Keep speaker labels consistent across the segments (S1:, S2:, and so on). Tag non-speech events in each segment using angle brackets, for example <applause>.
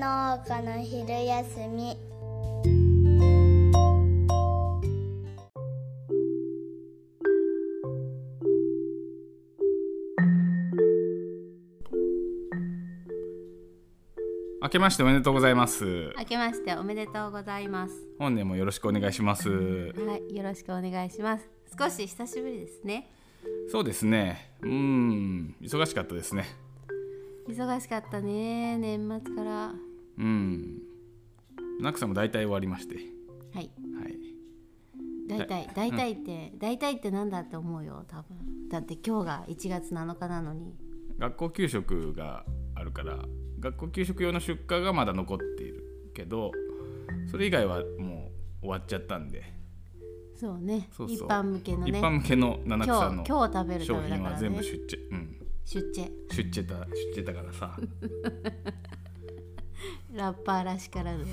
S1: 農家の昼休み
S2: 明けましておめでとうございます。
S3: 明けましておめでとうございます。
S2: 本年もよろしくお願いします。
S3: はい、よろしくお願いします。少し久しぶりですね。
S2: そうですね。うーん、忙しかったですね。
S3: 忙しかったね、年末から。は
S2: うん。ナクさんも大体終わりまして。
S3: い、
S2: はい。
S3: 大体、大体って、大体ってなんだって思うよ、多分。だって今日が1月7日なのに。
S2: 学校給食があるから、学校給食用の出荷がまだ残っているけど、それ以外はもう終わっちゃったんで、
S3: そうね、
S2: そうそう
S3: 一般向けの
S2: 一
S3: ね。
S2: 般向けの七草
S3: 今
S2: の
S3: 日、今日食べるた
S2: 商
S3: めだ
S2: 品
S3: か
S2: は
S3: ら
S2: 全
S3: ね
S2: 部。出ちゃ、うん、
S3: 出チェ、
S2: 出ちゃた、出ちゃたからさ。
S3: ラッパーら
S2: <laughs>
S3: しからぬ。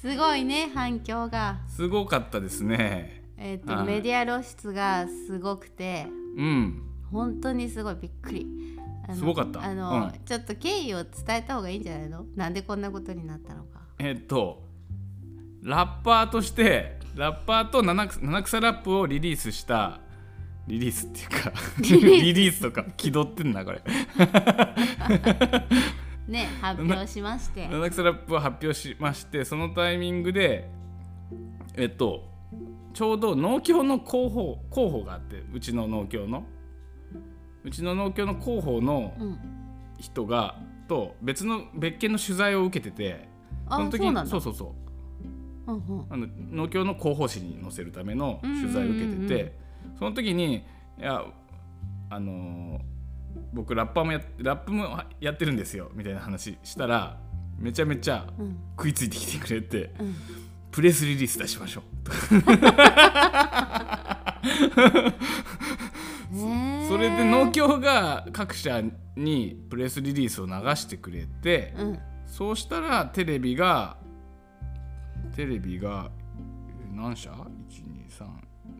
S3: すごいね、反響が。
S2: すごかったですね。
S3: えっ、
S2: は
S3: と、
S2: い
S3: メディア露出がすごくて。
S2: うん。
S3: 本当にすごいびっくりあの
S2: すごかった
S3: あの、
S2: うん
S3: ちょっと経緯を伝えた方がいいんじゃないのなんでこんなことになったのか
S2: えっとラッパーとしてラッパーと七草七草ラップをリリースしたリリースっていうかリリースとか気取ってんなこれ <laughs>
S3: ね発表しまして
S2: 七草ラップを発表しましてそのタイミングでえっとちょうど農協の広報広報があってうちの農協のうちの農協の広報の
S3: うん
S2: 人がと別の別件の取材を受けてて
S3: あ
S2: の時
S3: そうなんだ
S2: そうそうそう
S3: うんうん
S2: あの農協の広報誌に載せるための取材を受けてて、
S3: うんうんうんうん
S2: その時にいやあのー僕ラッパーもやラップもやってるんですよみたいな話したらめちゃめちゃ
S3: うん
S2: 食いついてきてくれて、
S3: うん
S2: プレスリリース出しましょうとか
S3: ねえ
S2: それで農協が各社にプレスリリースを流してくれて、
S3: うん
S2: そうしたらテレビがテレビがえー何社 ?123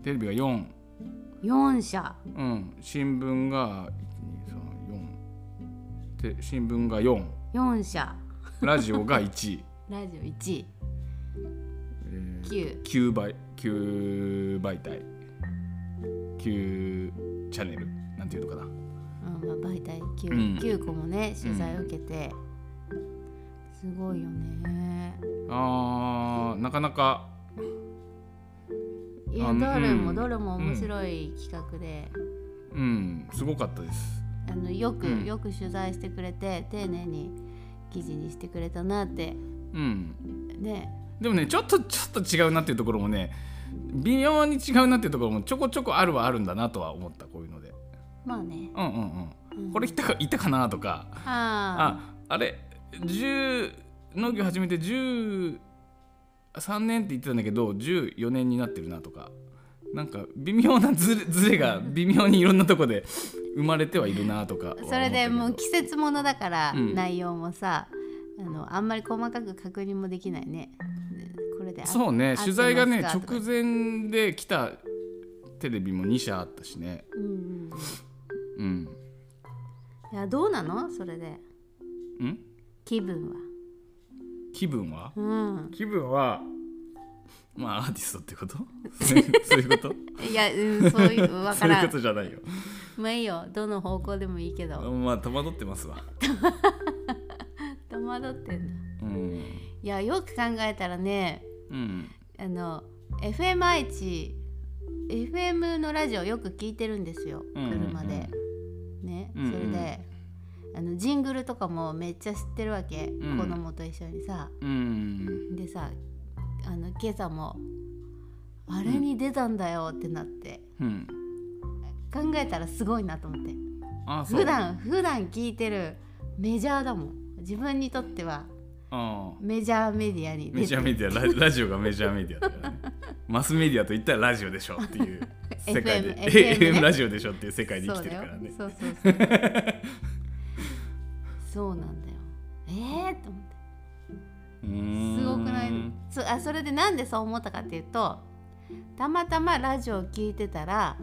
S2: テレビが4。
S3: 4社
S2: うん、新聞が1234で新聞が4
S3: 4社
S2: ラジオが1
S3: ラジオ1
S2: えー
S3: 9
S2: 9倍9媒体9チャンネルなんていうのかな
S3: うんまあ、媒体
S2: うん
S3: 9、九個もね取材を受けて、すごいよね
S2: あーなかなか
S3: い
S2: あ
S3: や
S2: うん
S3: どれもどれも面白い企画で、
S2: うんすごかったです
S3: あのよく、
S2: うん
S3: よく取材してくれて丁寧に記事にしてくれたなって
S2: うん
S3: ね
S2: でもねちょっとちょっと違うなっていうところもね微妙に違うなっていうところもちょこちょこあるはあるんだなとは思ったこういうので
S3: まあね、
S2: うんうん
S3: う
S2: うん
S3: ん
S2: これいたかいたかなとか
S3: あ
S2: ああれ10農業始めて13年って言ってたんだけど14年になってるなとかなんか微妙なずれずれが微妙にいろんなとこで生まれてはいるなとかは思
S3: あ
S2: ったけど
S3: それでもう季節ものだから、
S2: うん
S3: 内容もさあのあんまり細かく確認もできないねでこれであ
S2: そうね取材がね
S3: 合ってますか
S2: 直前で来たテレビも2社あったしね
S3: うんうんうん
S2: うん
S3: いやどうなのそれで
S2: ん
S3: 気分は
S2: 気分は
S3: うん
S2: 気分はまあアーティストって
S3: <laughs>
S2: ことそういうそういうこと
S3: いや、
S2: <laughs>
S3: うん、そういう分
S2: そ
S3: か
S2: ういう
S3: ら
S2: こ
S3: ん
S2: とじゃないよ
S3: まあいいよどの方向でもいいけど
S2: まあ戸惑ってますわ
S3: 戸惑ってんだ
S2: うん
S3: いやよく考えたらね
S2: うん
S3: あの FM 愛知 FM のラジオよく聞いてるんですよ
S2: うんうんうん
S3: 車で、ね
S2: うんうん
S3: それであのジングルとかもめっちゃ知ってるわけ、
S2: うん
S3: 子供と一緒にさ
S2: うん
S3: でさあの今朝もあれに出たんだよってなって、
S2: うん
S3: 考えたらすごいなと思って
S2: あそう
S3: 普段普段聞いてるメジャーだもん自分にとっては
S2: ああ
S3: メジャーメディアに
S2: メ
S3: 出
S2: ジ
S3: て
S2: ャーメディアララジオがメジャーメディアだからねマスメディアといったらラジオでしょって
S3: <laughs>
S2: いう世界で
S3: FM ね
S2: FM ラジオでしょっていう世界で生きてるからね
S3: そうだよそうそうそうそうなんだよえー、と思って
S2: うーん
S3: すごくないそあそれでなんでそう思ったかっていうとたまたまラジオを聞いてたら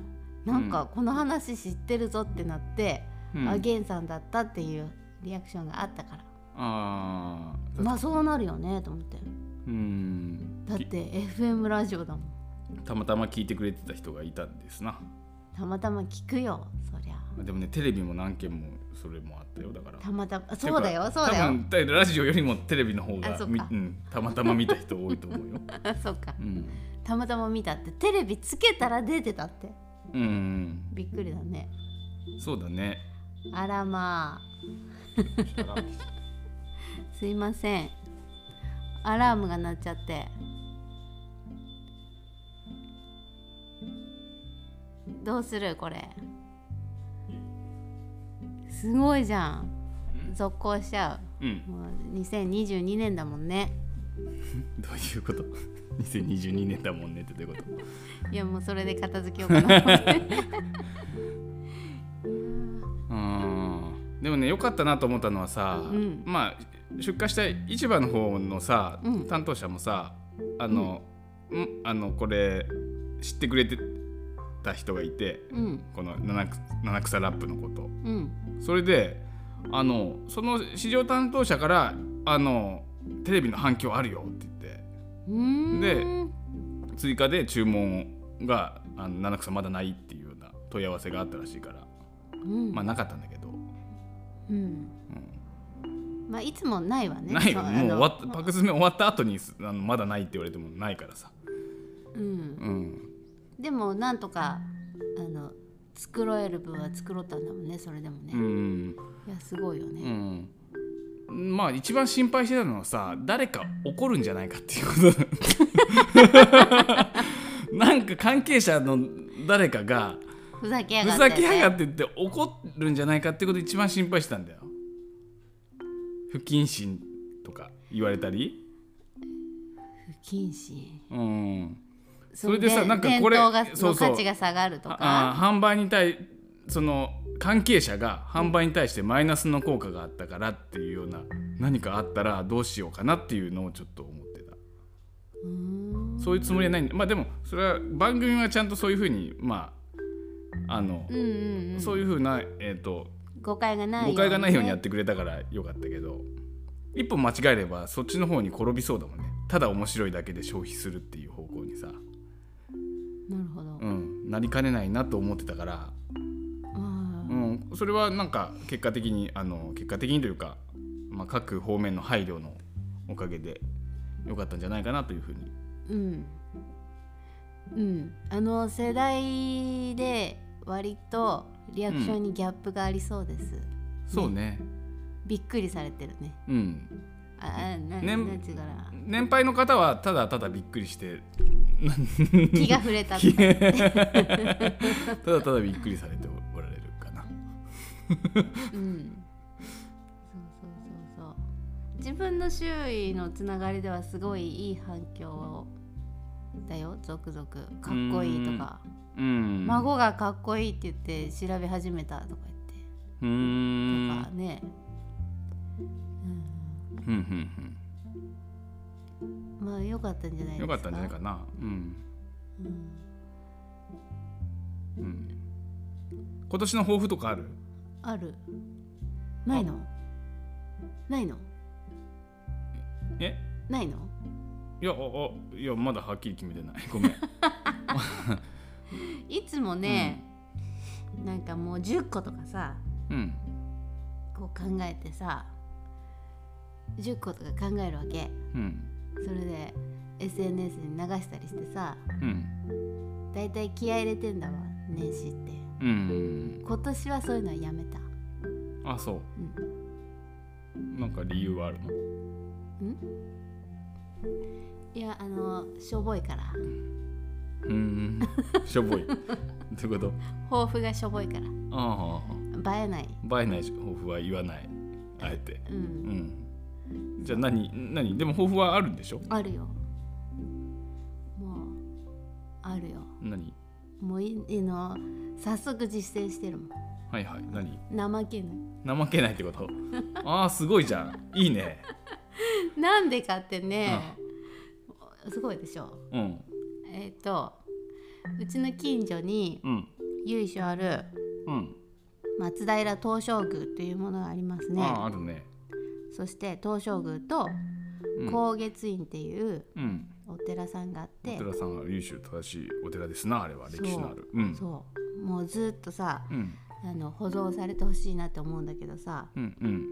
S3: なんかこの話知ってるぞってなって、
S2: うん
S3: あゲンさんだったっていうリアクションがあったから
S2: ああ
S3: まあそうなるよねと思って
S2: うん
S3: だって FM ラジオだもん
S2: たまたま聞いてくれてた人がいたんですな
S3: たまたま聞くよそりゃ
S2: まあでもねテレビも何件もそれもあったよだから
S3: たまたまそうだよ
S2: て
S3: そ
S2: か
S3: うだ
S2: 多
S3: よ
S2: 分だラジオよりもテレビの方
S3: あ
S2: が
S3: そっ
S2: み
S3: か
S2: うん、たまたま見た人多いと思うよ
S3: <laughs> そうか
S2: うん
S3: たまたま見たってテレビつけたら出てたって
S2: うんうん
S3: びっくりだね
S2: そうだね
S3: あらまあすいませんアラームが鳴っちゃってどうするこれすごいじゃん続行しちゃ
S2: <laughs> うん
S3: うもう2022年だもんね
S2: どういうこと <laughs> 2022年だもんねってどういうこと
S3: いやもうそれで片付けようかなと
S2: <laughs>
S3: 思って
S2: うんでもね良かったなと思ったのはさ、
S3: うん
S2: まあ出荷した市場の方のさ、
S3: うん
S2: 担当者もさあの、んあのこれ知ってくれてた人がいて
S3: うん
S2: この七草七草ラップのこと
S3: うん
S2: それであのその市場担当者からあのテレビの反響あるよって言って
S3: うーん
S2: で追加で注文があの七草まだないっていうような問い合わせがあったらしいから
S3: うん
S2: まあなかったんだけど、
S3: うんまあいつもないわね
S2: ないよ
S3: そ
S2: もう終わっ
S3: あの
S2: パック詰め終わった後にあのまだないって言われてもないからさ、
S3: うん
S2: うん、
S3: でもなんとかあの作ろえる分は作ろったんだもんねそれでもね、
S2: う
S3: い
S2: ん
S3: やすごいよ
S2: う
S3: ね、
S2: んまあ一番心配してたのはさ誰か怒るんじゃないかっていうこと
S3: <laughs>
S2: なんか関係者の誰かが
S3: ふざけや
S2: ふ
S3: がって
S2: ざけやがってって怒るんじゃないかってこと一番心配してたんだよ不謹慎とか言われたり
S3: 不謹慎
S2: うんそれでさなんか
S3: 伝
S2: これ
S3: 伝統が
S2: そうそう
S3: の価値が下がると
S2: ああ
S3: か
S2: 販売に対その関係者が販売に対してマイナスの効果があったからっていうような何かあったらどうしようかなっていうのをちょっと思ってた
S3: うーん
S2: そういうつもりはないんでまあでもそれは番組はちゃんとそういうふうにまああの、
S3: うんうんうん
S2: そういうふうな、えー、と
S3: 誤解がないように
S2: 誤解がないようにやっ
S3: ね
S2: てくれたからよかったけど一歩間違えればそっちの方に転びそうだもんねただ面白いだけで消費するっていう方向にさ、
S3: なるほど、
S2: うん、なりかねないなと思ってたから
S3: あー
S2: うん、それはなんか結果的にあの結果的にというか、まあ、各方面の配慮のおかげで良かったんじゃないかなというふうに。
S3: うんうんあの世代で割とリアクションにギャップがありそうです、
S2: そうね、
S3: びっくりされてるね
S2: うん、
S3: ああな
S2: ね
S3: なんちゅうか
S2: <laughs>
S3: な
S2: 年配の方はただただびっくりして
S3: 気が触れた
S2: ただただびっくりされておられるかな。
S3: うんそうそうそうそう自分の周囲のつながりではすごいいい反響だよ続々かっこいいとか、
S2: うん、
S3: 孫がかっこいいって言って調べ始めたとか
S2: うー
S3: 言
S2: ん
S3: ってとかね、
S2: うんうん
S3: うん、まあ良かったんじゃな
S2: う
S3: い
S2: ん
S3: です
S2: よ
S3: か
S2: かったんじゃないかな。うん
S3: う
S2: う
S3: ん
S2: ん、今年の抱負とかある
S3: あるないのないの
S2: え
S3: ないの
S2: いやああいやまだはっきり決めてないごめん。
S3: いつもね、なんかもう10個とかさ
S2: うん
S3: こう考えてさ10個とか考えるわけ
S2: うん
S3: それで SNS に流したりしてさ
S2: うん
S3: だいたい気合い入れてんだわ年始って
S2: うん
S3: 今年はそういうのはやめた
S2: あそううなんか理由はあるの
S3: いやあのしょぼいから
S2: うんしょぼ <laughs> いってこと
S3: 抱負がしょぼいから
S2: あ
S3: 映えない
S2: あ映えないし抱負は言わないあえて
S3: う
S2: うんんじゃあ何何でも抱負はあるんでしょ
S3: あるよもうあるよ
S2: 何
S3: もういいいの早速実践してるもん
S2: はいはい何
S3: 怠けない
S2: 怠けないって <laughs> ことああすごいじゃんいいね
S3: なんでかってね、すごいでしょ
S2: うん
S3: えっ、とうちの近所に
S2: うん
S3: 由緒ある
S2: うん
S3: 松平東照宮というものがありますね
S2: あああるね
S3: そして東照宮と
S2: うん
S3: 高月院っていう
S2: うん、
S3: お寺さんがあっ
S2: お
S3: て、
S2: 寺さんは由緒正しいお寺ですなあれは
S3: そう
S2: 歴史のあるうん
S3: そうもうずっとさ
S2: うん
S3: あの保存されてほしいなって思うんだけどさ、
S2: うんうん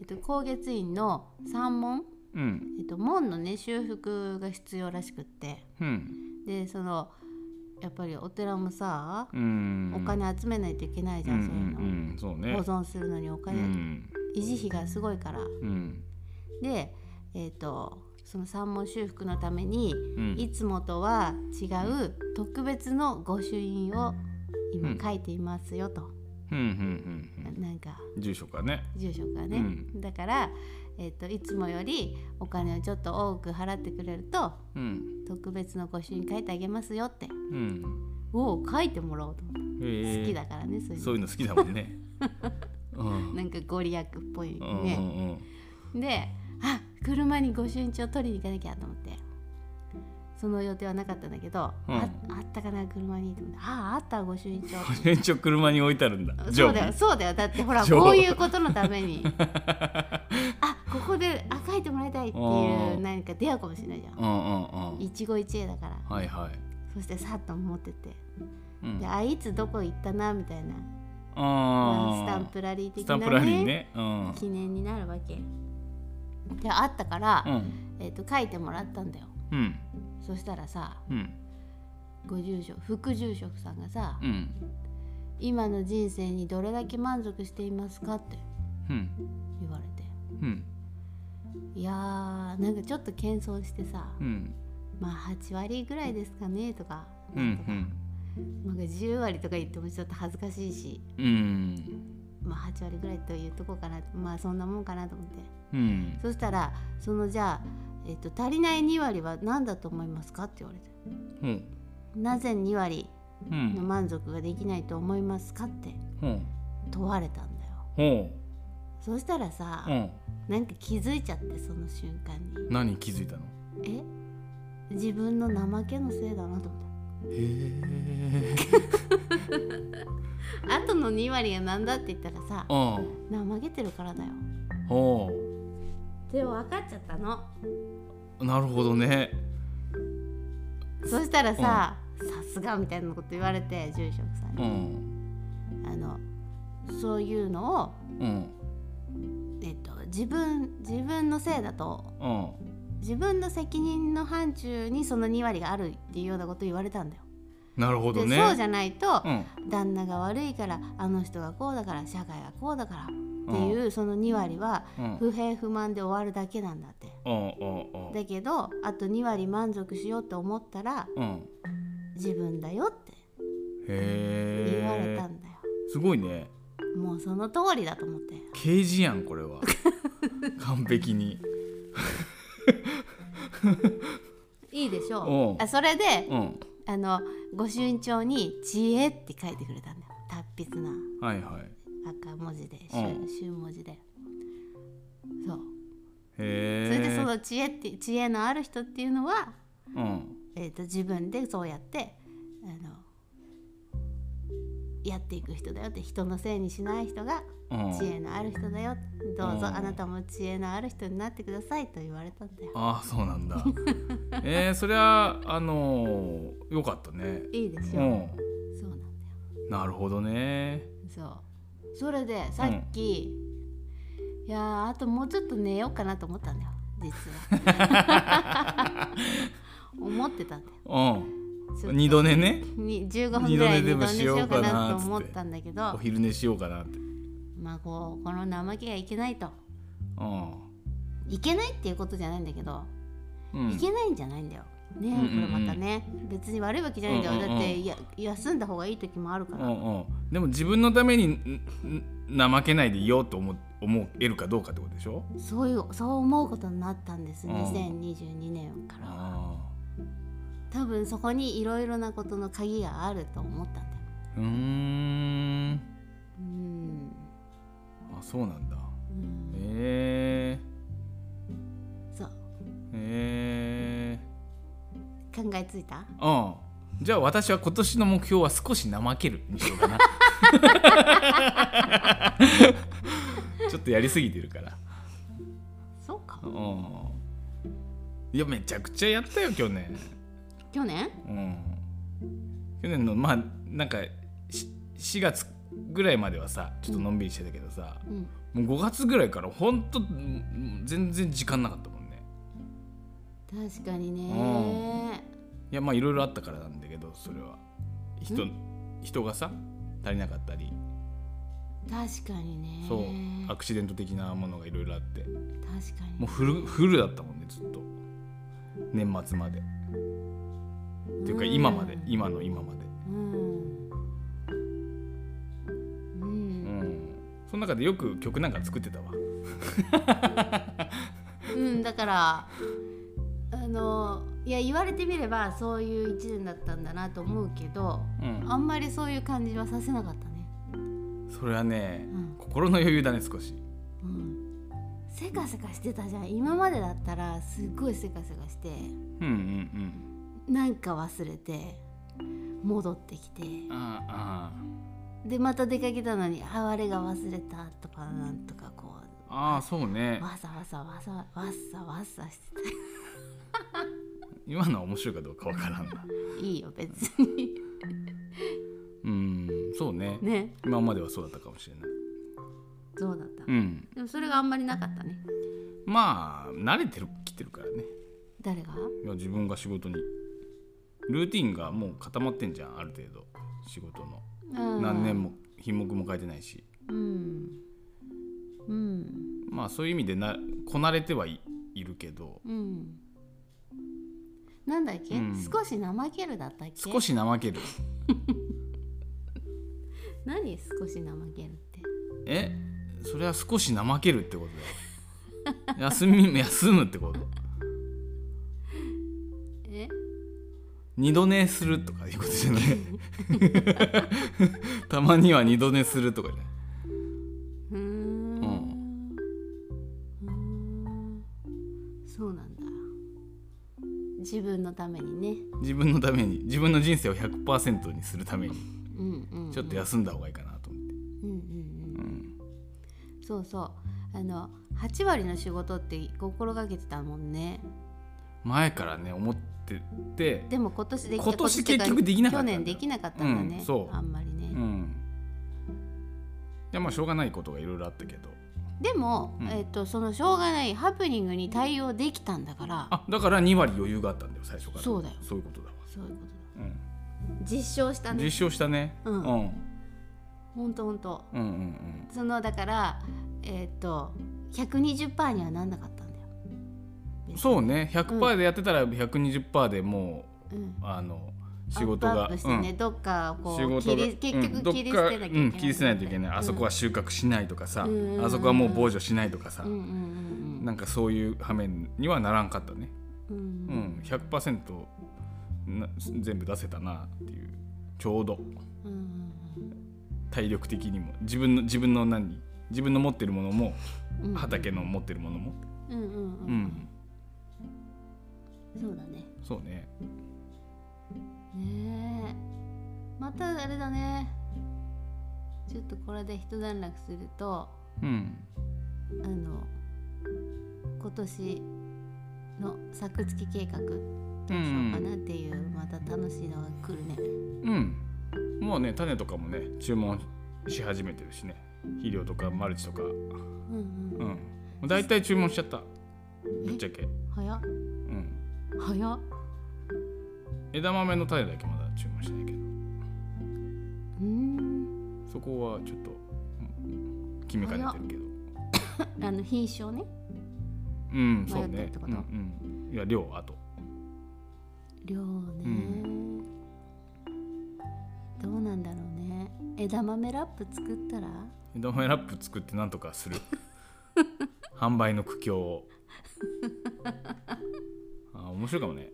S3: えっと、高月院の三門、
S2: うん
S3: えっと、門のね修復が必要らしくって
S2: うん
S3: でそのやっぱりお寺もさ、
S2: うん
S3: お金集めないといけないじゃん、
S2: うんうん
S3: そういうの、
S2: うんそうね
S3: 保存するのにお
S2: う
S3: 金、
S2: ん
S3: 維持費がすごいから
S2: うん
S3: でえっ、とその三門修復のために、
S2: うん
S3: いつもとは違う特別の御朱印を
S2: う
S3: 今
S2: ん
S3: 書いていますよと、
S2: うんうんうんうん
S3: なんか
S2: 住所かね
S3: 住所がね、
S2: うん
S3: だから、えっといつもよりお金をちょっと多く払ってくれると
S2: うん
S3: 特別の御朱印書いてあげますよって
S2: うん
S3: を書いてもらおうと思って、
S2: へえ
S3: 好きだからねそういうの
S2: そういうの好きだもんねうん
S3: なんかご利益っぽい
S2: うんう
S3: ね、
S2: ん
S3: であ車に御朱印帳取りに行かなきゃと思ってその予定はなかったんだけど、
S2: うん
S3: ああったかな車にと思ってあああった御朱印
S2: <laughs>
S3: 帳
S2: うん一応車に置いてあるんだジョ
S3: そ
S2: ー
S3: うだよそうだよだってほら
S2: ジョー
S3: こういうことのため
S2: <laughs>
S3: にあここであ書いてもらいたいっていう
S2: うん
S3: 何か出会うかもしれないじゃん
S2: うんうんうん
S3: 一期一会だから
S2: はいはい
S3: そしてさっと持ってって
S2: うん
S3: であいつどこ行ったなみたいな
S2: あ
S3: ス
S2: ー
S3: タンプラリー
S2: ス
S3: 的
S2: タ
S3: な
S2: ンプラリー
S3: ね
S2: ねうん
S3: 記念になるわけであったから、
S2: うん
S3: えっと書いてもらったんだよ
S2: うん
S3: そしたらさ
S2: うん
S3: ご住職副住職さんがさ、
S2: うん
S3: 今の人生にどれだけ満足していますか?」って
S2: うん
S3: 言われて
S2: うん
S3: いやーなんかちょっと謙遜してさ「
S2: うん
S3: まあ8割ぐらいですかね」とか「
S2: う
S3: なんとか
S2: ん
S3: なんか10割とか言ってもちょっと恥ずかしいし
S2: うんうん
S3: まあ8割ぐらいというとこかなまあそんなもんかなと思って
S2: うん
S3: そしたらそのじゃあ、えっと足りない2割は何だと思いますか?」って言われて
S2: うん
S3: 「なぜ2割
S2: う
S3: の
S2: ん
S3: 満足ができないと思いますか?」って
S2: うん
S3: 問われたんだよ
S2: ほ
S3: そしたらさ、
S2: ううん
S3: なんか気づいちゃってその瞬間に
S2: 何気づいたの
S3: え自分の怠けのせいだなと思って。
S2: へえ
S3: あとの2割が何だって言ったらさ
S2: うん
S3: 怠けてるからだよ
S2: ほ
S3: でも分かっちゃったの
S2: うなるほどね
S3: そしたらささすがみたいなこと言われて住職さん
S2: う
S3: に、
S2: ん
S3: あのそういうのを、
S2: うん
S3: えっと、自分自分のせいだと
S2: うん
S3: 自分の責任の範疇にその2割があるっていうようなこと言われたんだよ。
S2: なるほ
S3: で
S2: どね
S3: そうじゃないと、
S2: うん
S3: 旦那が悪いからあの人がこうだから社会がこうだからっていう、その2割は
S2: うん
S3: 不平不満で終わるだけなんだって。
S2: うんうんうん
S3: だけどあと2割満足しようと思ったら
S2: うん
S3: 自分だよって
S2: へ
S3: 言われ
S2: え
S3: たんだよ、
S2: すごいね
S3: もうその通りだと思って
S2: 刑事やんこれ
S3: <laughs>
S2: は完璧に
S3: いいでし
S2: おう
S3: ょうあそれで
S2: うん
S3: あの御朱印帳に「知恵」って書いてくれたんだよ達筆な
S2: はいはい
S3: 赤文字で
S2: うん
S3: 衆文字でそうそれ
S2: へ
S3: でそ
S2: え
S3: の知恵って知恵のある人っていうのは、
S2: うん
S3: えー、と自分でそうやってあのやっていく人だよって人のせいにしない人が
S2: うん
S3: 知恵のある人だよどうぞ
S2: うん
S3: あなたも知恵のある人になってくださいと言われたんだよ
S2: ああそうなん
S3: <laughs>
S2: だえー、そりゃあのー、よかったね
S3: いいでし
S2: う
S3: ょ
S2: ん
S3: そうなんだよ
S2: なるほどね
S3: そうそれでさっき、いやーあともうちょっと寝ようかなと思ったんだよ実は
S2: <laughs>
S3: 思ってたんだよ
S2: うん
S3: ちょっと
S2: 二度寝ね
S3: に15分ぐら
S2: 二度寝
S3: い二度
S2: でも
S3: 寝
S2: し
S3: し
S2: よ
S3: よ
S2: う
S3: う
S2: か
S3: か
S2: な
S3: な
S2: っつ
S3: と
S2: って
S3: 思ったんだけ
S2: お
S3: ど
S2: 昼寝しようかなって
S3: まあこうこの怠けがいけないと
S2: う
S3: いけないっていうことじゃないんだけど
S2: ん、う
S3: い
S2: ん、
S3: けないんじゃないんだよ。ね
S2: うんうん
S3: これまたね、別に悪いわけじゃないんだよ、
S2: うんうんうん
S3: だってや休んだ方がいい時もあるか
S2: う
S3: ら、
S2: んうんでも自分のためにんん怠けないでいようと思う思えるかどうかってことでしょ
S3: そういうそう思うことになったんです、
S2: うん
S3: 2022年からは
S2: あ
S3: 多分そこにいろいろなことの鍵があると思ったんだよ
S2: ーうーん
S3: うん
S2: あそうなんだ
S3: うん
S2: へえ
S3: そう
S2: へえ
S3: 考えついた
S2: うんじゃあ私は今年の目標は少し怠けるにしよう <laughs> かなちょっとやりすぎてるからうんいやめちゃくちゃやったよ去年
S3: 去年
S2: うん去年のまあなんかし4月ぐらいまではさちょっとのんびりしてたけどさ、
S3: うん
S2: もう5月ぐらいからほんとうん全然時間なかったもんね
S3: 確かにね
S2: いやまあいろいろあったからなんだけどそれは人人がさ足りなかったり
S3: 確かにね
S2: そうアクシデント的なものがいろいろあって
S3: 確かに
S2: もうフルフルだったもんねずっと年末までっていうか今まで
S3: うん
S2: 今の今まで
S3: うんう、
S2: うんんその中でよく曲なんか作ってたわ
S3: うん、だからあのいや言われてみればそういう1年だったんだなと思うけど
S2: うん
S3: あんまりそういう感じはさせなかったね、
S2: それはね、
S3: うん
S2: 心の余裕だね少し
S3: うん、せかせかしてたじゃん今までだったらすっごいせかせかして
S2: うんうん
S3: なんか忘れて戻ってきて
S2: うんあ
S3: でまた出かけたのに「ああれが忘れた」とかなんとかこう
S2: ああああそうね
S3: わさわさわさわっさわっさしてた
S2: 今のは面白いかどうかわからんない
S3: いよ別に
S2: うんそうね
S3: ね
S2: 今まではそうだったかもしれない
S3: そうだった、
S2: うん
S3: でもそれがあんまりなかったね
S2: まあ慣れてるきてるからね
S3: 誰が
S2: いや自分が仕事にルーティンがもう固まってんじゃんある程度仕事の何年も品目も変えてないし
S3: うんうん
S2: まあそういう意味でなこなれてはい、いるけど
S3: うんなんだっけ、
S2: うん
S3: 少し怠けるだったっけ
S2: 少し怠ける
S3: 何少し怠けるって
S2: えそれは少し怠けるってことだよ休み休むってこと
S3: え
S2: 二度寝するとかいうことじゃない <laughs> たまには二度寝するとかじゃない
S3: うん
S2: う
S3: うんそうなんだ自分のためにね
S2: 自分のために自分の人生を100%にするために
S3: うんうんうん
S2: ちょっと休んだ方がいいかなと思って、
S3: うんうんうん
S2: うん、
S3: そうそうあの8割の仕事って心がけてたもんね
S2: 前からね思ってて
S3: でも今年できた
S2: 今年
S3: っていう
S2: 結局できなかったんだ
S3: 去
S2: よ
S3: 年できなかったんだね、
S2: うんそう
S3: あんまりね、
S2: うんいやまあしょうがないことがいろいろあったけど
S3: でも、
S2: うん
S3: えっとそのしょうがないハプニングに対応できたんだから
S2: あだから2割余裕があったんだよ最初から
S3: そうだよ
S2: そういうことだわ、
S3: そういうこ
S2: うん
S3: とだ実証した
S2: 実
S3: ね
S2: 証したね、
S3: うん
S2: うん、うん
S3: ほんとほんと
S2: うんうん
S3: そのだからえっと120%にはなんなかったんだよ、
S2: そうね100%でやってたら120%でも
S3: うん
S2: う、あの仕事
S3: アップ
S2: が
S3: アップしてね、
S2: うん
S3: どっかこ
S2: 仕
S3: う
S2: 事
S3: 切
S2: が
S3: り結
S2: うん
S3: 局
S2: どっ
S3: 切り
S2: か
S3: 捨てなきゃいけない、
S2: うん切り捨てないといけないあそこは収穫しないとかさ、
S3: うん
S2: あそこはもう防除しないとかさ、
S3: うんうんうん
S2: なんかそういう羽目にはならんかったね、
S3: うんうん
S2: う
S3: うん
S2: ん、100%な全部出せたなっていうちょうど
S3: うん
S2: 体力的にも自分の自分の何自分の持ってるものも
S3: うんうん
S2: 畑の持ってるものも、
S3: うんう
S2: う
S3: んうんんそうだね
S2: そうね
S3: ねえまたあれだねちょっとこれで一段落すると
S2: うん
S3: あの今年の作付き計画どうしようかなっていう、また楽しいのが来るね
S2: うんもうね種とかもね注文し始めてるしね肥料とかマルチとかう
S3: うん
S2: ん
S3: うん
S2: もう大体注文しちゃったぶっちゃけ、
S3: 早っ
S2: うん、
S3: 早っ
S2: 枝豆の種だけまだ注文してないけど
S3: うーん
S2: そこはちょっとうん決めかねてるけど
S3: あの品種をね
S2: うんそう
S3: 迷って
S2: ね
S3: ってこ
S2: う
S3: と
S2: ん、うん、いや量あと
S3: 量ね、
S2: う
S3: どうなんだろうね枝豆ラップ作ったら
S2: 枝豆ラップ作ってなんとかす
S3: <laughs>
S2: る販売の苦境をあ面白いかもね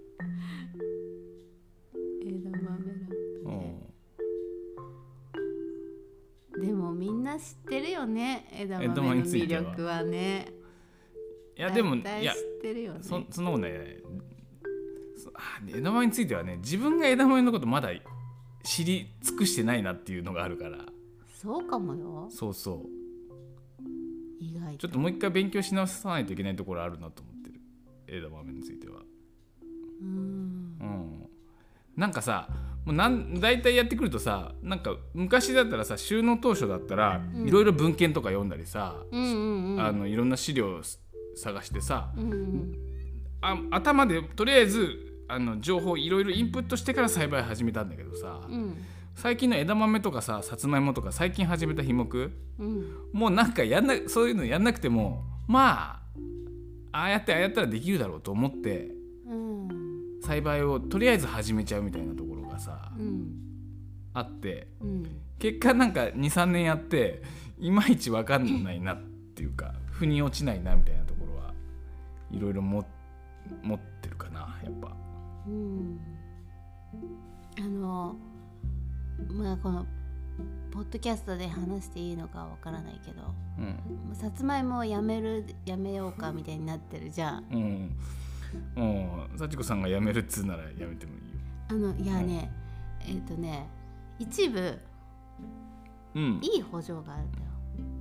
S3: 枝豆ラッ
S2: う
S3: でもみんな知ってるよね枝豆
S2: 枝豆
S3: の
S2: につい
S3: 魅
S2: ては
S3: 力はね
S2: んいやでもい
S3: 大体
S2: や
S3: 知ってるよね
S2: そそんなことないねそあ枝豆についてはね自分が枝豆のことまだ知り尽くしてないなっていうのがあるから
S3: そうかもよ
S2: そうそ
S3: 意外
S2: ちょ
S3: と
S2: っともう一回勉強し直さないといけないところあるなと思ってる枝豆については
S3: うん
S2: うんなんかさもうなん大体やってくるとさなんか昔だったらさ収納当初だったら
S3: うん
S2: いろいろ文献とか読んだりさ、
S3: うんうんうん
S2: あのいろんな資料を探してさ
S3: うんうん
S2: あ頭でとりあえずあの情報いろいろインプットしてから栽培始めたんだけどさ、
S3: うん
S2: 最近の枝豆とかささつまいもとか最近始めた品目
S3: うん
S2: もうなんかやんなそういうのやんなくてもまあああやってああやったらできるだろうと思って
S3: うん
S2: 栽培をとりあえず始めちゃうみたいなところがさ、
S3: うん
S2: あって
S3: うん
S2: 結果なんか23年やっていまいち分かんないなっていうか腑に落ちないなみたいなところはいろいろも持ってるかなやっぱ。
S3: うんあのまあこのポッドキャストで話していいのかわからないけど
S2: うん
S3: さつまいもをやめるやめようかみたいになってるじゃん
S2: うんもう幸子さんが辞めるっつうなら辞めてもいいよ。
S3: あのいやねえっ、とね一部
S2: うん、
S3: いい補助があるんだよ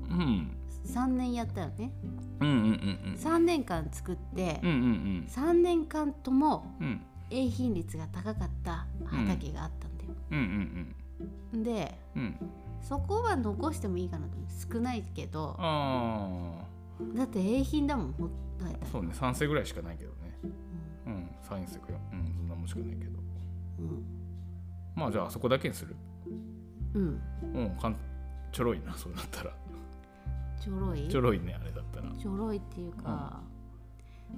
S2: うん、
S3: 3年やったよね
S2: うんうんうん
S3: 3年間作って、
S2: うんうんうん
S3: 3年間とも
S2: うんうん
S3: 永品率が高かった畑があったんだよ、
S2: うん
S3: で
S2: うんうん
S3: そこは残してもいいかなと思う少ないけど
S2: あ
S3: だって永品だもんほっといた
S2: あ
S3: ら
S2: そうね3世ぐらいしかないけどねうん3世かようんそんなもんしかないけど
S3: うん
S2: まあじゃああそこだけにする
S3: うん、う
S2: う
S3: ん、
S2: んかんちょろいなそうなったら
S3: ちょろい
S2: ちょろいねあれだったら
S3: ちょろいっていうか、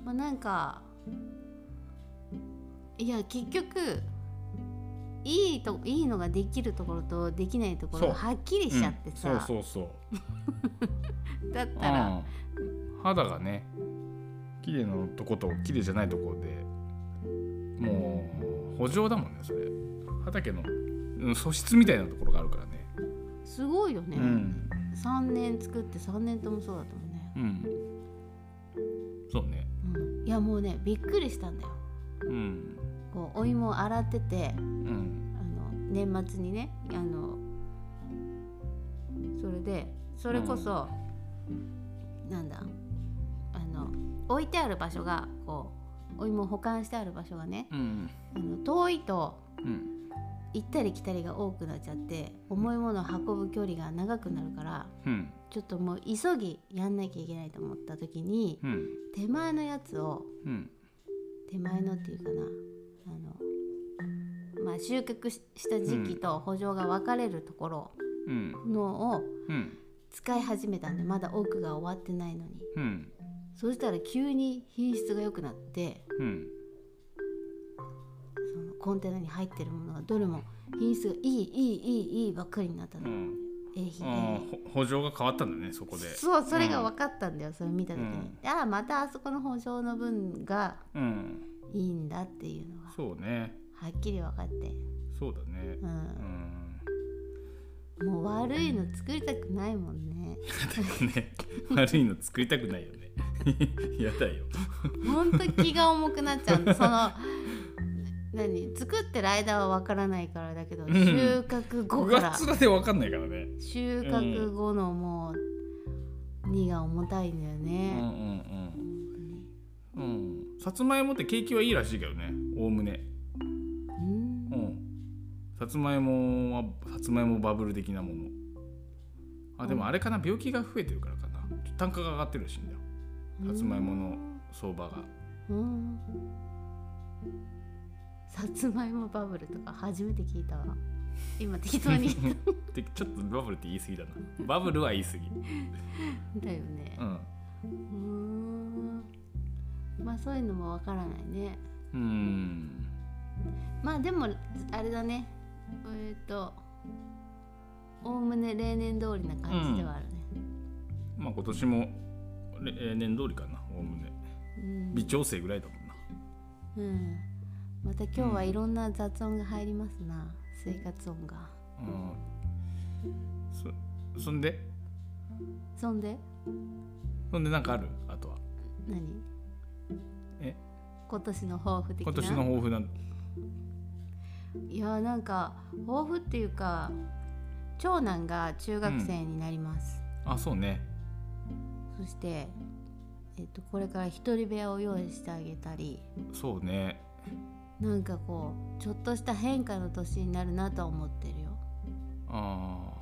S3: まあなんかいや結局いいといいのができるところとできないところが
S2: そ
S3: はっきりしちゃってさ、
S2: うんそうそうそう
S3: だったら
S2: うん肌がね綺麗なとこと綺麗じゃないとこでもう補助だもんねそれ畑のうん素質みたいなところがあるからね
S3: すごいよね、
S2: うん
S3: 三3年作って3年ともそうだと思うね、
S2: うんそうね
S3: うん、いやもうねびっくりしたんだよ
S2: うん
S3: こうお芋を洗ってて
S2: うん
S3: あの年末にねあのそれでそれこそ、なんだあの置いてある場所がこうお芋保管してある場所がね
S2: うん
S3: あの遠いと
S2: うん
S3: 行ったり来たりが多くなっちゃって重いものを運ぶ距離が長くなるから
S2: うん
S3: ちょっともう急ぎやんなきゃいけないと思った時に
S2: うん
S3: 手前のやつを
S2: うん
S3: 手前のっていうかなあの、まあ、収穫しした時期と補助が分かれるところ
S2: うん
S3: のを
S2: うん
S3: 使い始めたんでまだ多くが終わってないのに
S2: うん
S3: そしたら急に品質が良くなって
S2: うん
S3: そのコンテナに入ってるものがどれも品質がいいいいいいいいばっかりになった
S2: う
S3: の。
S2: ん
S3: ええ品
S2: あ
S3: ええ
S2: あ補助が変わったんだねそこで
S3: そうそれが分かったんだよ、それ見た時に、
S2: うん
S3: でああまたあそこの補助の分が
S2: うん
S3: いいんだっていうのが
S2: そうね
S3: はっきり分かって、
S2: そうだね
S3: う、
S2: うんん
S3: もう悪いの作りたくないもんね
S2: ね悪いの作りたくないよねやだよ
S3: ほんと気が重くなっちゃうのその <laughs> 何作ってる間は分からないからだけ
S2: ん
S3: ど、収穫後
S2: 5
S3: から
S2: 月だって分かんないからね
S3: 収穫後のもう荷が重たいんだよ
S2: うん
S3: ね、
S2: うんうんうんさつまいもって景気はいいらしいけどねおおむね
S3: うん
S2: うんさつまいもはさつまいもバブル的なものあでもあれかな病気が増えてるからかな単価が上がってるらしいんだよさつまいもの相場が
S3: うんさつまいもバブルとか初めて聞いたわ今適当に
S2: <laughs> でちょっとバブルって言い過ぎだなバブルは言い過ぎ
S3: だよね
S2: うん
S3: うんまあそういうのも分からないね
S2: うん
S3: まあでもあれだねえっ、とおおむね例年通りな感じではあるね、
S2: まあ今年も例年通りかなおおむね
S3: うん
S2: 微調整ぐらいだもんな
S3: うんまた今日はいろんな雑音が入りますな生活音が
S2: うんそそんで
S3: そんで
S2: そんでなんかあるあとは
S3: 何
S2: え
S3: 今年の抱負的な
S2: 今年の抱負なん
S3: いやなんか抱負っていうか長男が中学生になります、
S2: あそうね
S3: そして、えっと、これから一人部屋を用意してあげたり
S2: そうね
S3: なんかこうちょっとした変化の年になるなとは思ってるよ。
S2: あ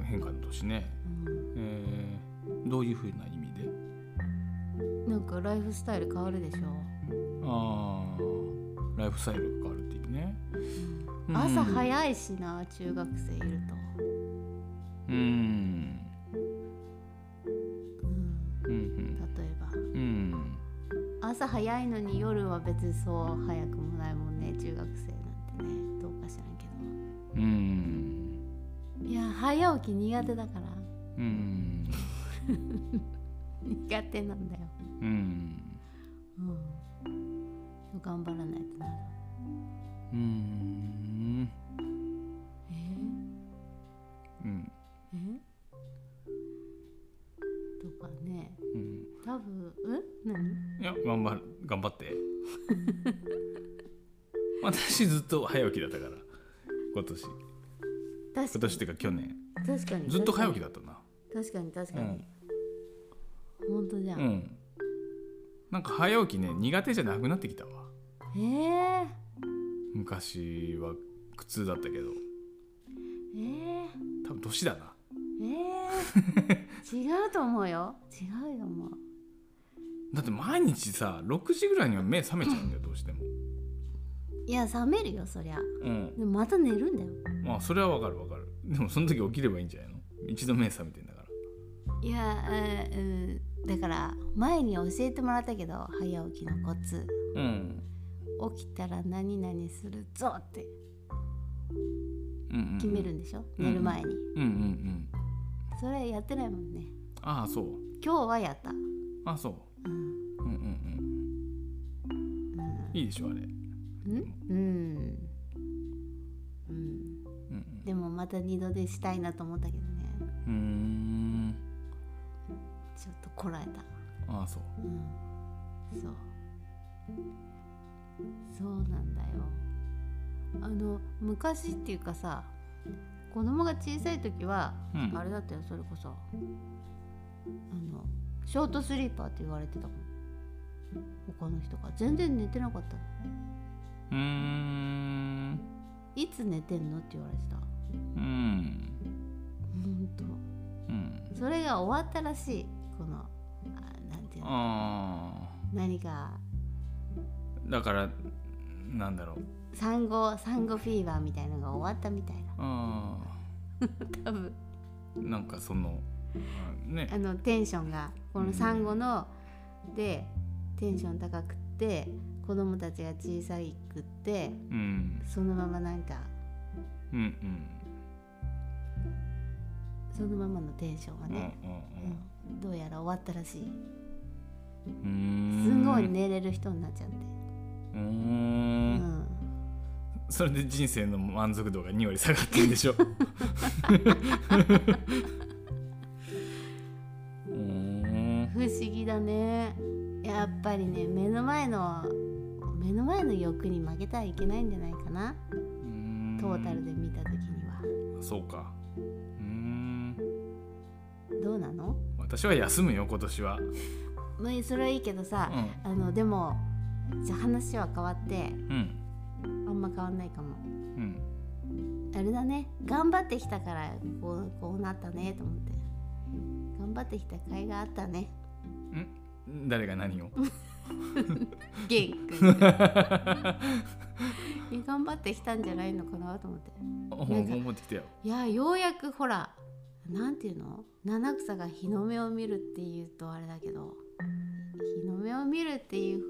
S2: ー変化の年ね
S3: うん
S2: えーどういうふうな意味で
S3: なんかライフスタイル変わるでしょ、
S2: あーライフスタイルが変わるっていうね、うん
S3: 朝早いしな中学生いる
S2: うん
S3: と、うん、
S2: うんうん
S3: 例えば
S2: うん
S3: 朝早いのに夜は別にそう早くもないもんね中学生なんてねどうか知らんけ
S2: うん
S3: どいや早起き苦手だから
S2: うん
S3: 苦手なんだよ、
S2: うん
S3: うん、頑張らないとな
S2: うん
S3: え
S2: うん
S3: えとかね
S2: うん
S3: 多分うん何
S2: いや頑張る頑張って
S3: <laughs>
S2: 私ずっと早起きだったから今年
S3: 確
S2: 今
S3: か
S2: 年っ
S3: に
S2: ていうか去年
S3: 確かに
S2: ずっと早起きだったな
S3: 確かに確かに、本当じゃ、
S2: うんんなんか早起きね苦手じゃなくなってきたわ
S3: えー、
S2: 昔は苦痛だったけど
S3: えー、
S2: 多分年だな
S3: え <laughs> ー、違うと思うよ違うと思う
S2: だって毎日さ6時ぐらいには目覚めちゃうんだよどうしても
S3: いや冷めるよそりゃ
S2: うん
S3: でもまた寝るんだよ
S2: まあそれはわかるわかるでもその時起きればいいんじゃないの一度目覚めてんだから
S3: いやうん、うん、だから前に教えてもらったけど早起きのコツ
S2: うん
S3: 起きたら何々するぞって
S2: うんうんうん
S3: 決めるんでしょ、
S2: うん
S3: 寝る前に
S2: うんうんうん
S3: それやってないもんね
S2: ああそう
S3: 今日はやった、
S2: ああそ
S3: うん
S2: ううんうんうんいいでしょあれうん
S3: うんうんう
S2: う
S3: ん
S2: ん
S3: でもまた二度でしたいなと思ったけどね
S2: うーん
S3: ちょっとこらえた
S2: ああそう
S3: うんそうそうなんだよあの昔っていうかさ子供が小さい時は、
S2: うん
S3: あれだったよそれこそあのショートスリーパーって言われてたもん他の人が全然寝てなかったの
S2: うーん
S3: いつ寝てんのって言われてた
S2: うん
S3: ほんと
S2: うん
S3: それが終わったらしいこのあなんていうの
S2: あ
S3: 何か
S2: あだからなんだろう
S3: 産後産後フィーバーみたいなのが終わったみたいな
S2: あ
S3: 多分
S2: あなんかそのあね
S3: あのテンションがこの産後のでテンション高くって子供たちが小さいくって
S2: うん
S3: そのままなんか
S2: うん
S3: そのままのテンションが
S2: うんうん
S3: ね、うんどうやら終わったらしい
S2: うんうん
S3: すんごい寝れる人になっちゃって、
S2: うー
S3: うん
S2: んそれで人生の満足度が2割下がってんでしょうーん
S3: 不思議だねやっぱりね目の前の目の前の欲に負けたらいけないんじゃないかな
S2: うーん
S3: トータルで見た時には
S2: そうかうーん
S3: どうなの
S2: 私は休むよ今年は
S3: まあそれはいいけどさ
S2: う、ん
S3: あのでもじゃあ話は変わって
S2: うん
S3: あんま変わんないかも
S2: うん
S3: あれだね頑張ってきたからこうこうなったねと思って頑張ってきた甲斐があったね
S2: ん誰が何を
S3: <laughs> ゲン
S2: <laughs>
S3: 君いや頑張ってきたんじゃないのかなと思って
S2: 思ってきたよ
S3: いやようやくほらなんていうの七草が日の目を見るっていうとあれだけど日の目を見るっていう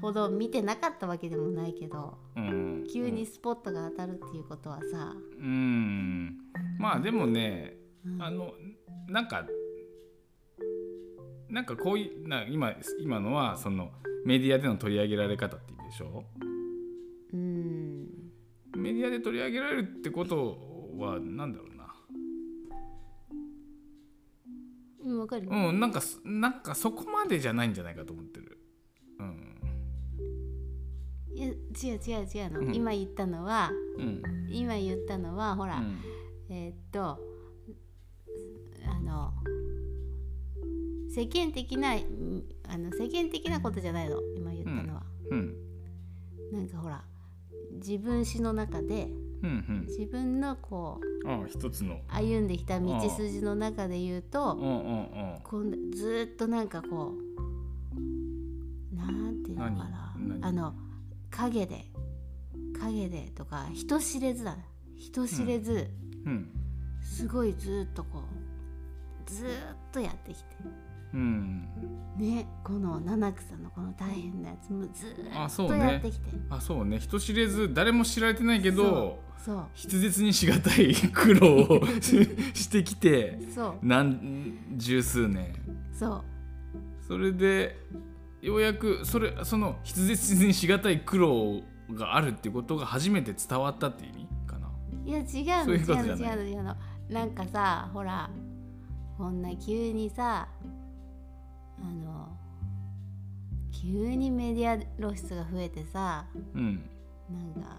S3: ほど見てなかったわけでもないけど
S2: うん
S3: 急にスポットが当たるっていうことはさ、
S2: うんまあでもね
S3: うん
S2: あのなんかなんかこういうな今今のはそのメディアでの取り上げられ方っていうでしょ
S3: うん
S2: メディアで取り上げられるってことはなんだろうな
S3: うんわかる、
S2: うんなんかすなんかそこまでじゃないんじゃないかと思ってるうん
S3: いや違う違う違うの、
S2: うん
S3: 今言ったのは
S2: うん
S3: 今言ったのはほ
S2: う
S3: ら、
S2: ん
S3: えーっとあの世間的なうんあの世間的なことじゃないの今言ったのは、
S2: うん
S3: なんかほら自分史の中で
S2: うん
S3: 自分のこう
S2: うんああ一つの
S3: 歩んできた道筋の中で言うと、
S2: うんうんうん
S3: こんずーっとなんかこうなんていうのかな
S2: 何何
S3: あの影で影でとか人知れずだな人知れず、
S2: うん
S3: すごいずーっとこうずーっとやってきて
S2: うん
S3: ねこの七草のこの大変なやつもず
S2: あ
S3: ー
S2: そ
S3: っ
S2: う
S3: と
S2: ね
S3: やってきて
S2: あそうね人知れず誰も知られてないけど
S3: そう,、
S2: 筆舌にしがたい <laughs> 苦労をししてきて
S3: そう
S2: 何十数年
S3: そう
S2: それでようやくそれその筆舌にしがたい苦労があるっていうことが初めて伝わったっていう意味かない
S3: や違う
S2: そ
S3: の
S2: う
S3: 違
S2: いう
S3: う
S2: こと
S3: の
S2: じゃ
S3: 違
S2: ないう
S3: の違うのなんかさほらこんな急にさあの急にメディア露出が増えてさ
S2: うん
S3: なんか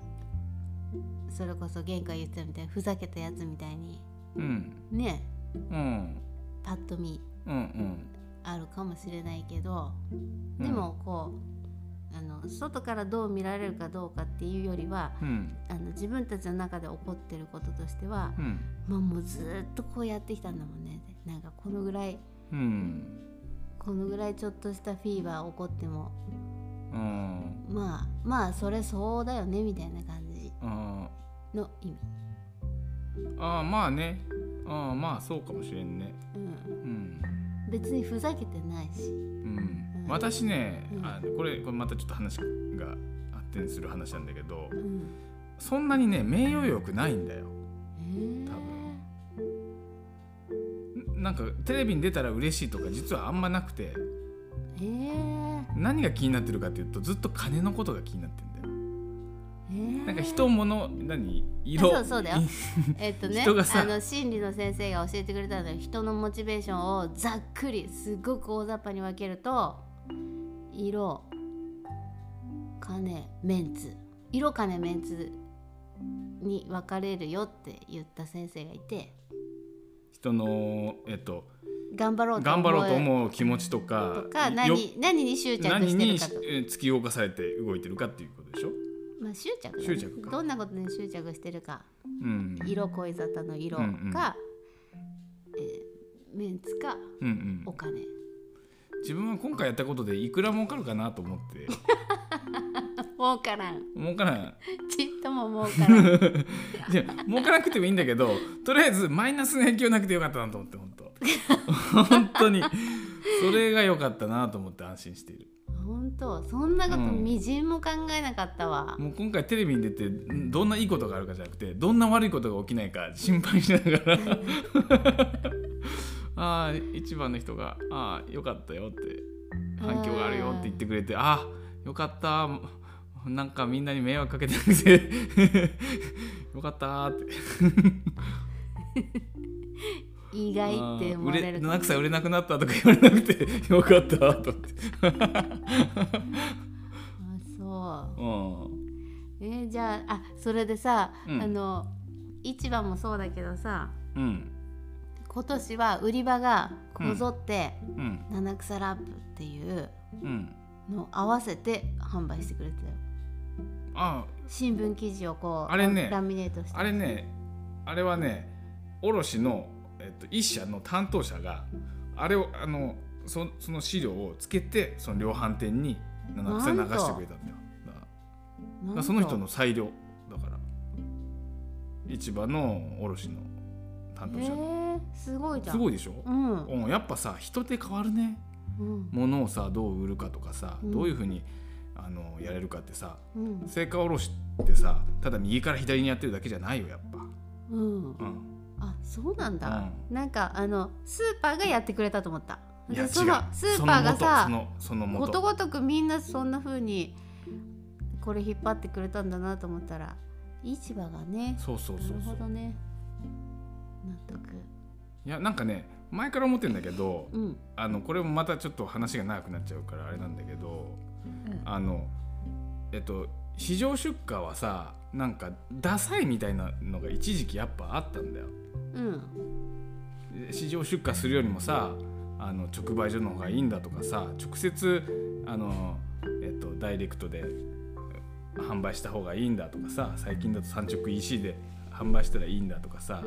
S3: それこそ玄関言ってたみたいにふざけたやつみたいに
S2: うん
S3: ね
S2: うん
S3: パッと見
S2: うんうん
S3: あるかもしれないけど
S2: うん
S3: でもこう、あの外からどう見られるかどうかっていうよりは
S2: うん
S3: あの自分たちの中で起こってることとしては、
S2: うん
S3: まあ、もうずーっとこうやってきたんだもんねなんかこのぐらい
S2: うん
S3: このぐらいちょっとしたフィーバー起こっても
S2: うん
S3: まあまあそれそうだよねみたいな感じ
S2: あ
S3: の意味、
S2: ーあーまあねああまあそうかもしれんね
S3: うん、
S2: うん
S3: 別にふざけてないし
S2: うん
S3: うん
S2: 私ね、
S3: うん
S2: あこれこれまたちょっと話が発展する話なんだけど
S3: うん
S2: そんなにね名誉欲ないんだよ
S3: へえ
S2: 多んなんかテレビに出たら嬉しいとか実はあんまなくて
S3: へえ
S2: 何が気になってるかっていうとずっと金のことが気になってんだよ
S3: へえ
S2: なんか人物何色
S3: そうそうだよえっとね
S2: 人がさ
S3: あの心理の先生が教えてくれたのよ人のモチベーションをざっくりすごく大雑把に分けると色金メンツ色金メンツに分かれるよって言った先生がいて
S2: 人のえっと
S3: 頑張ろうと思
S2: 頑
S3: う
S2: 張ろうと思う気持ちとか
S3: とか
S2: よ
S3: 何何に執着
S2: 何
S3: して
S2: に
S3: る
S2: え
S3: かと
S2: 突き動かされて動いてるかっていうことでしょ
S3: まあ執着,、ね、
S2: 執着か
S3: どんなことに執着してるか
S2: うん
S3: 色恋沙汰の色
S2: う
S3: か、
S2: んうん
S3: えーメンツか
S2: うんうん
S3: お金
S2: 自分は今回やったことでいくら儲かるかなと思って
S3: 儲からん
S2: 儲からん
S3: ちっとも儲から <laughs> ん
S2: いや儲からなくてもいいんだけどとりあえずマイナスの影響なくてよかったなと思って本当本当にそれが良かったなと思って安心している
S3: 本当そんなこと
S2: うん
S3: みじんも考えなかったわ、
S2: もう今回テレビに出てんどんないいことがあるかじゃなくてどんな悪いことが起きないか心配しながらああ一番の人が「ああよかったよ」って「反響があるよ」って言ってくれて「ああよかったなんかみんなに迷惑かけてなくて <laughs> よかった」って
S3: 意外って思われる
S2: あー売れ
S3: か
S2: 七草売れなくなったとか言われなくて <laughs> よかったと思って <laughs>
S3: もあそ
S2: う
S3: うえーじゃああそれでさ、
S2: うん
S3: あの市場もそうだけどさ
S2: んうん
S3: 今年は売り場がこぞって
S2: うん
S3: 七草ラップっていう
S2: うん
S3: のを合わせて販売してくれてたよ
S2: あ
S3: 新聞記事をこう
S2: あれね
S3: ラミネートして
S2: あれねあれはね卸の、えっと、一社の担当者があれをあのそその資料をつけてその量販店に七草流
S3: なんと
S2: してくれたんだよだから
S3: なん
S2: だか
S3: と
S2: らその人の裁量だから市場の卸の担当
S3: へえ
S2: 者
S3: すごいじゃん
S2: すごいでしょ、
S3: うん
S2: うん、やっぱさ人って変わるね
S3: うん
S2: ものをさどう売るかとかさ、
S3: うん
S2: どういうふうにあのやれるかってさ
S3: うん
S2: 成果卸しってさただ右から左にやってるだけじゃないよやっ
S3: うん
S2: ぱ、うん、
S3: あそうなんだ、なんかあのスーパーがやってくれたと思った
S2: いや違
S3: で
S2: う
S3: そのスーパーがさ
S2: その元そのその元
S3: ことごとくみんなそんな風にこれ引っ張ってくれたんだなと思ったら市場がね
S2: そうそうそう
S3: な
S2: そ
S3: るほど
S2: う
S3: ね納得
S2: いやなんかね前から思ってんだけど
S3: うん
S2: あのこれもまたちょっと話が長くなっちゃうからあれなんだけどあのえっと市場出荷はさなんかダサいみたいなのが一時期やっぱあったんだよ
S3: うん
S2: 市場出荷するよりもさあの直売所の方がいいんだとかさ直接あの、えっと、ダイレクトで販売した方がいいんだとかさ最近だと産直 EC で販売したらいいんだとかさ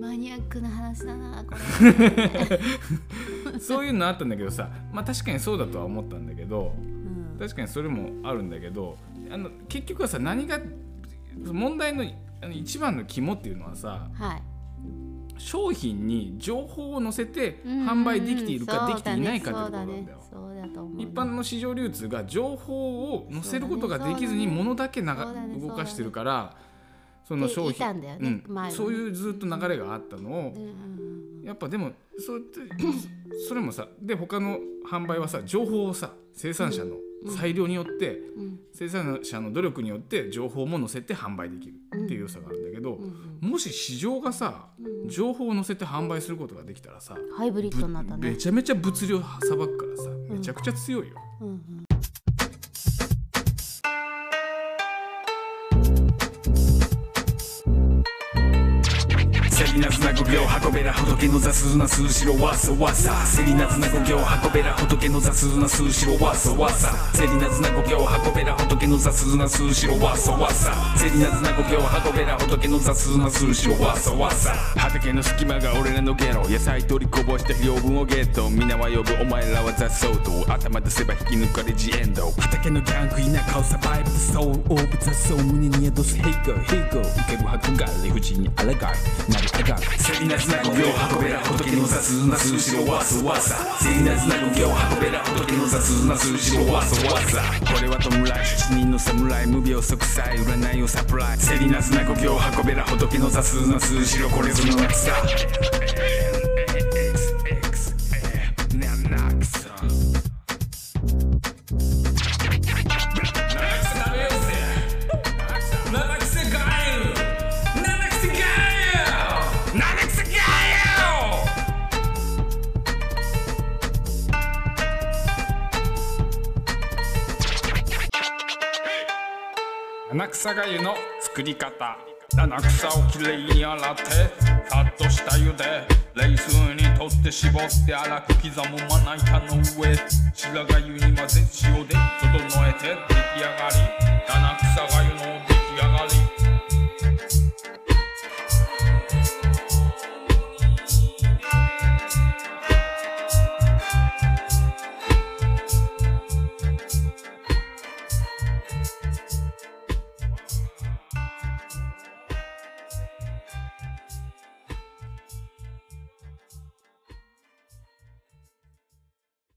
S3: マニアックな話だなこ
S2: <laughs>
S3: れ
S2: そういうのあったんだけどさ <laughs> まあ確かにそうだとは思ったんだけど
S3: うん
S2: 確かにそれもあるんだけどあの結局はさ何が問題のあの一番の肝っていうのはさ
S3: はい
S2: 商品に情報を載せて販売できているかできていないかってことなんだよ。
S3: そうだねそうだねそうだと思う
S2: 一般の市場流通が情報を載せることができずに
S3: そうだね
S2: 物だけな
S3: そ
S2: が
S3: うだね
S2: 動かしてるからその商
S3: って
S2: 品
S3: 言ったんだよね
S2: うん
S3: 前に
S2: そういうずっと流れがあったの
S3: うん
S2: を
S3: うん
S2: やっぱでもそうやってそれもさで他の販売はさ情報をさ生産者の裁量によって
S3: うん
S2: 生産者の努力によって情報も載せて販売できるっていう良さがあるんだけど
S3: うんうん
S2: もし市場がさ
S3: うん
S2: 情報を載せて販売することができたらさ
S3: ハイブリッドになった
S2: め
S3: ね
S2: ちゃめちゃ物量さばくからさめちゃくちゃ強いよ。
S3: うんうん
S4: セリナズナ五行運べら仏の座数な数しろわさわさセリナズナ五行運べら仏の座数な数しろわさわさセリナズナ五行運べら仏の座数な数しろわさわさセリナズナ五行運べら仏の座数な数しろわさわさ
S5: 畑の隙間が俺らのゲロ野菜取りこぼした養分をゲット皆は呼ぶお前らは雑草と頭出せば引き抜かれジエンド
S4: 畑のギャング田舎をサバイブソウオーブザソウ胸に宿すヘイゴヘイゴ受ける箱が理不尽に抗い成り上がるセリナズナ五行運べら仏の座数な数しろわさわさセリナズナ五行運べら仏の座数な数しろわさわさ
S5: 俺は弔い7人の侍無病息災占いをサプライセリナスな故郷運べら仏の座数な数しろこれぞのやつだ
S4: X X ナナクさん
S5: 七草がゆの作り方七草をきれいに洗ってさっと下茹で冷水にとって絞って粗く刻むまな板の上白がゆに混ぜ塩で整えて出来上がり七草が